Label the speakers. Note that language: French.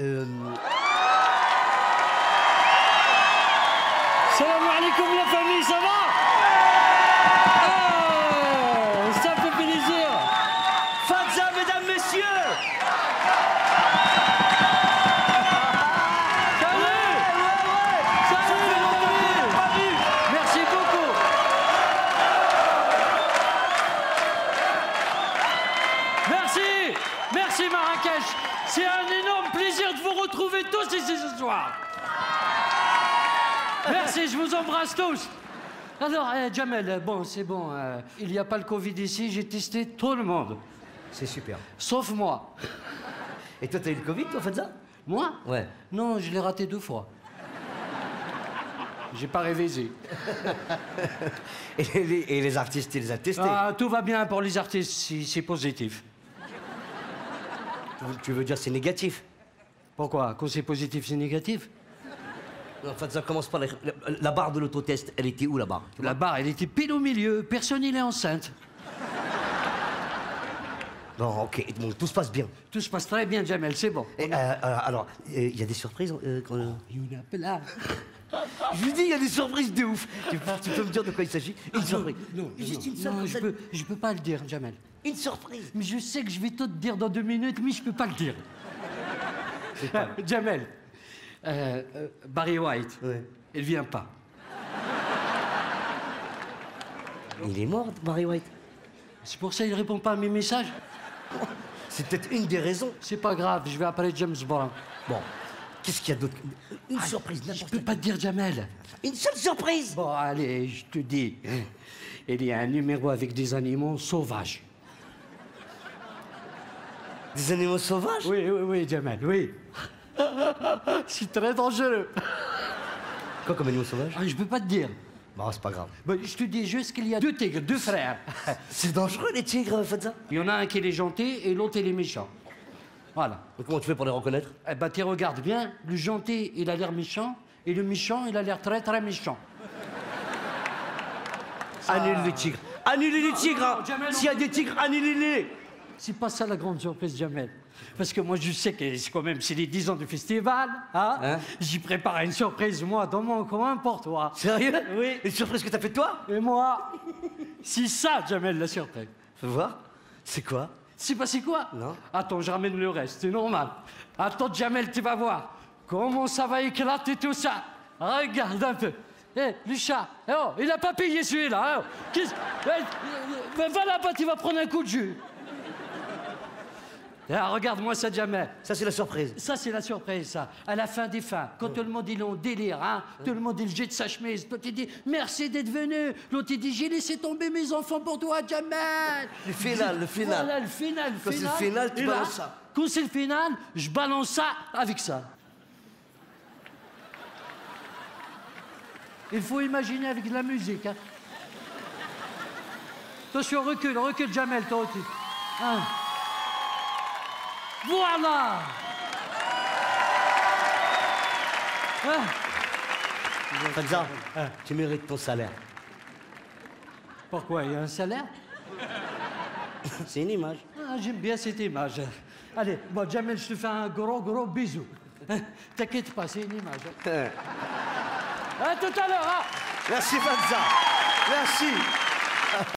Speaker 1: Euh,
Speaker 2: Salam alaikum la famille, ça va Oh, Ça fait plaisir
Speaker 1: Fadza, mesdames, messieurs
Speaker 2: Salut Salut les amis Merci beaucoup Merci Merci Marrakech C'est un énorme plaisir de vous retrouver tous ici ce soir Merci, je vous embrasse tous Alors, euh, Jamel, euh, bon, c'est bon, euh, il n'y a pas le Covid ici, j'ai testé tout le monde,
Speaker 1: C'est super.
Speaker 2: sauf moi.
Speaker 1: Et toi, t'as eu le Covid, toi, Fadza
Speaker 2: Moi
Speaker 1: Ouais.
Speaker 2: Non, je l'ai raté deux fois. J'ai pas révisé.
Speaker 1: Et les, et les artistes, ils les a testés.
Speaker 2: Ah, tout va bien pour les artistes si c'est positif.
Speaker 1: Tu veux- Tu veux dire, c'est négatif
Speaker 2: Pourquoi Quand c'est positif, c'est négatif
Speaker 1: Non, Fadza, commence par la, la- la barre de l'autotest. Elle était où, la barre
Speaker 2: La barre, elle était pile au milieu. Personne, il est enceinte.
Speaker 1: Non, ok, bon, tout se passe bien.
Speaker 2: Tout se passe très bien, Jamel, c'est bon.
Speaker 1: Et, euh, euh, alors, il y a des surprises euh, quand-
Speaker 2: Oh, Il y en a plein.
Speaker 1: Je vous dis, il y a des surprises de ouf. Tu, tu peux me dire de quoi il s'agit Une surprise.
Speaker 2: Ah, Non,
Speaker 1: Juste
Speaker 2: non,
Speaker 1: une seule
Speaker 2: non,
Speaker 1: comme
Speaker 2: je
Speaker 1: ça.
Speaker 2: peux, je peux pas le dire, Jamel.
Speaker 1: Une surprise.
Speaker 2: Mais je sais que je vais tout te dire dans deux minutes, mais je peux pas le dire. Ah, Jamel, euh, euh, Barry White,
Speaker 1: Ouais.
Speaker 2: il vient pas.
Speaker 1: Il est mort, Barry White.
Speaker 2: C'est pour ça qu'il répond pas à mes messages.
Speaker 1: C'est peut-être une des raisons.
Speaker 2: C'est pas grave, je vais appeler James Brown.
Speaker 1: Bon, qu'est-ce qu'il y a d'autre Une surprise,
Speaker 2: Ah, Je
Speaker 1: n'importe
Speaker 2: peux pas te dire Jamel.
Speaker 1: Une seule surprise
Speaker 2: Bon, allez, je te dis. hein. Il y a un numéro avec des animaux sauvages.
Speaker 1: Des animaux sauvages
Speaker 2: Oui, oui, oui, Jamel, oui. C'est très dangereux.
Speaker 1: Quoi comme animaux sauvages
Speaker 2: Ah, je peux pas te dire.
Speaker 1: Bon, c'est pas grave.
Speaker 2: Bon, je te dis juste qu'il y a deux tigres, deux frères.
Speaker 1: C'est dangereux les tigres, euh, Fadza
Speaker 2: Il y en a un qui est gentil et l'autre il est méchant. Voilà.
Speaker 1: Mais Comment tu fais pour les reconnaître
Speaker 2: Eh ben, tu regardes bien, le gentil, il a l'air méchant, et le méchant, il a l'air très, très méchant.
Speaker 1: Annule les tigres. Annulez les tigres hein.
Speaker 2: Jamel, on-
Speaker 1: S'il y a des tigres, annulez-les
Speaker 2: C'est pas ça la grande surprise, Jamel. Parce que moi, je sais que c'est quand même, c'est les 10 ans du festival, hein,
Speaker 1: Hein
Speaker 2: J'y prépare une surprise, moi, dans mon coin pour toi.
Speaker 1: Sérieux
Speaker 2: Oui.
Speaker 1: Une surprise que t'as fait toi
Speaker 2: Et moi, c'est ça, Jamel, la surprise.
Speaker 1: Fais voir. C'est quoi
Speaker 2: C'est passé quoi
Speaker 1: Non.
Speaker 2: Attends, je ramène le reste, c'est normal. Attends, Jamel, tu vas voir. Comment ça va éclater tout ça Regarde un peu. Eh, le chat, eh oh, il a pas payé celui-là. hein. Qu'est-ce- Eh, eh, eh, va là-bas, tu vas prendre un coup de jus. Ah, regarde-moi ça, Jamel.
Speaker 1: Ça c'est la surprise.
Speaker 2: Ça, c'est la surprise, ça. À la fin des fins, quand tout le monde il est en délire, hein, tout le monde il jette sa chemise, toi tu dis merci d'être venu, l'autre il dit j'ai laissé tomber mes enfants pour toi, Jamal.
Speaker 1: Le final, le final.
Speaker 2: Voilà, le final,
Speaker 1: Quand c'est le final, tu
Speaker 2: Et là,
Speaker 1: balances ça.
Speaker 2: Quand c'est le final, je balance ça avec ça. Il faut imaginer avec de la musique. Hein. Attention, recule, recule, Jamel, toi aussi. Hein. Voilà Hein
Speaker 1: Fadza, Ah, tu mérites ton salaire.
Speaker 2: Pourquoi Il y a un salaire
Speaker 1: C'est une image.
Speaker 2: Ah, J'aime bien cette image. Allez, bon, Jamel, je te fais un gros, gros bisou. Hein, T'inquiète pas, c'est une image.
Speaker 1: Euh,
Speaker 2: 哎 À tout à l'heure hein.
Speaker 1: Merci Fadza. Merci.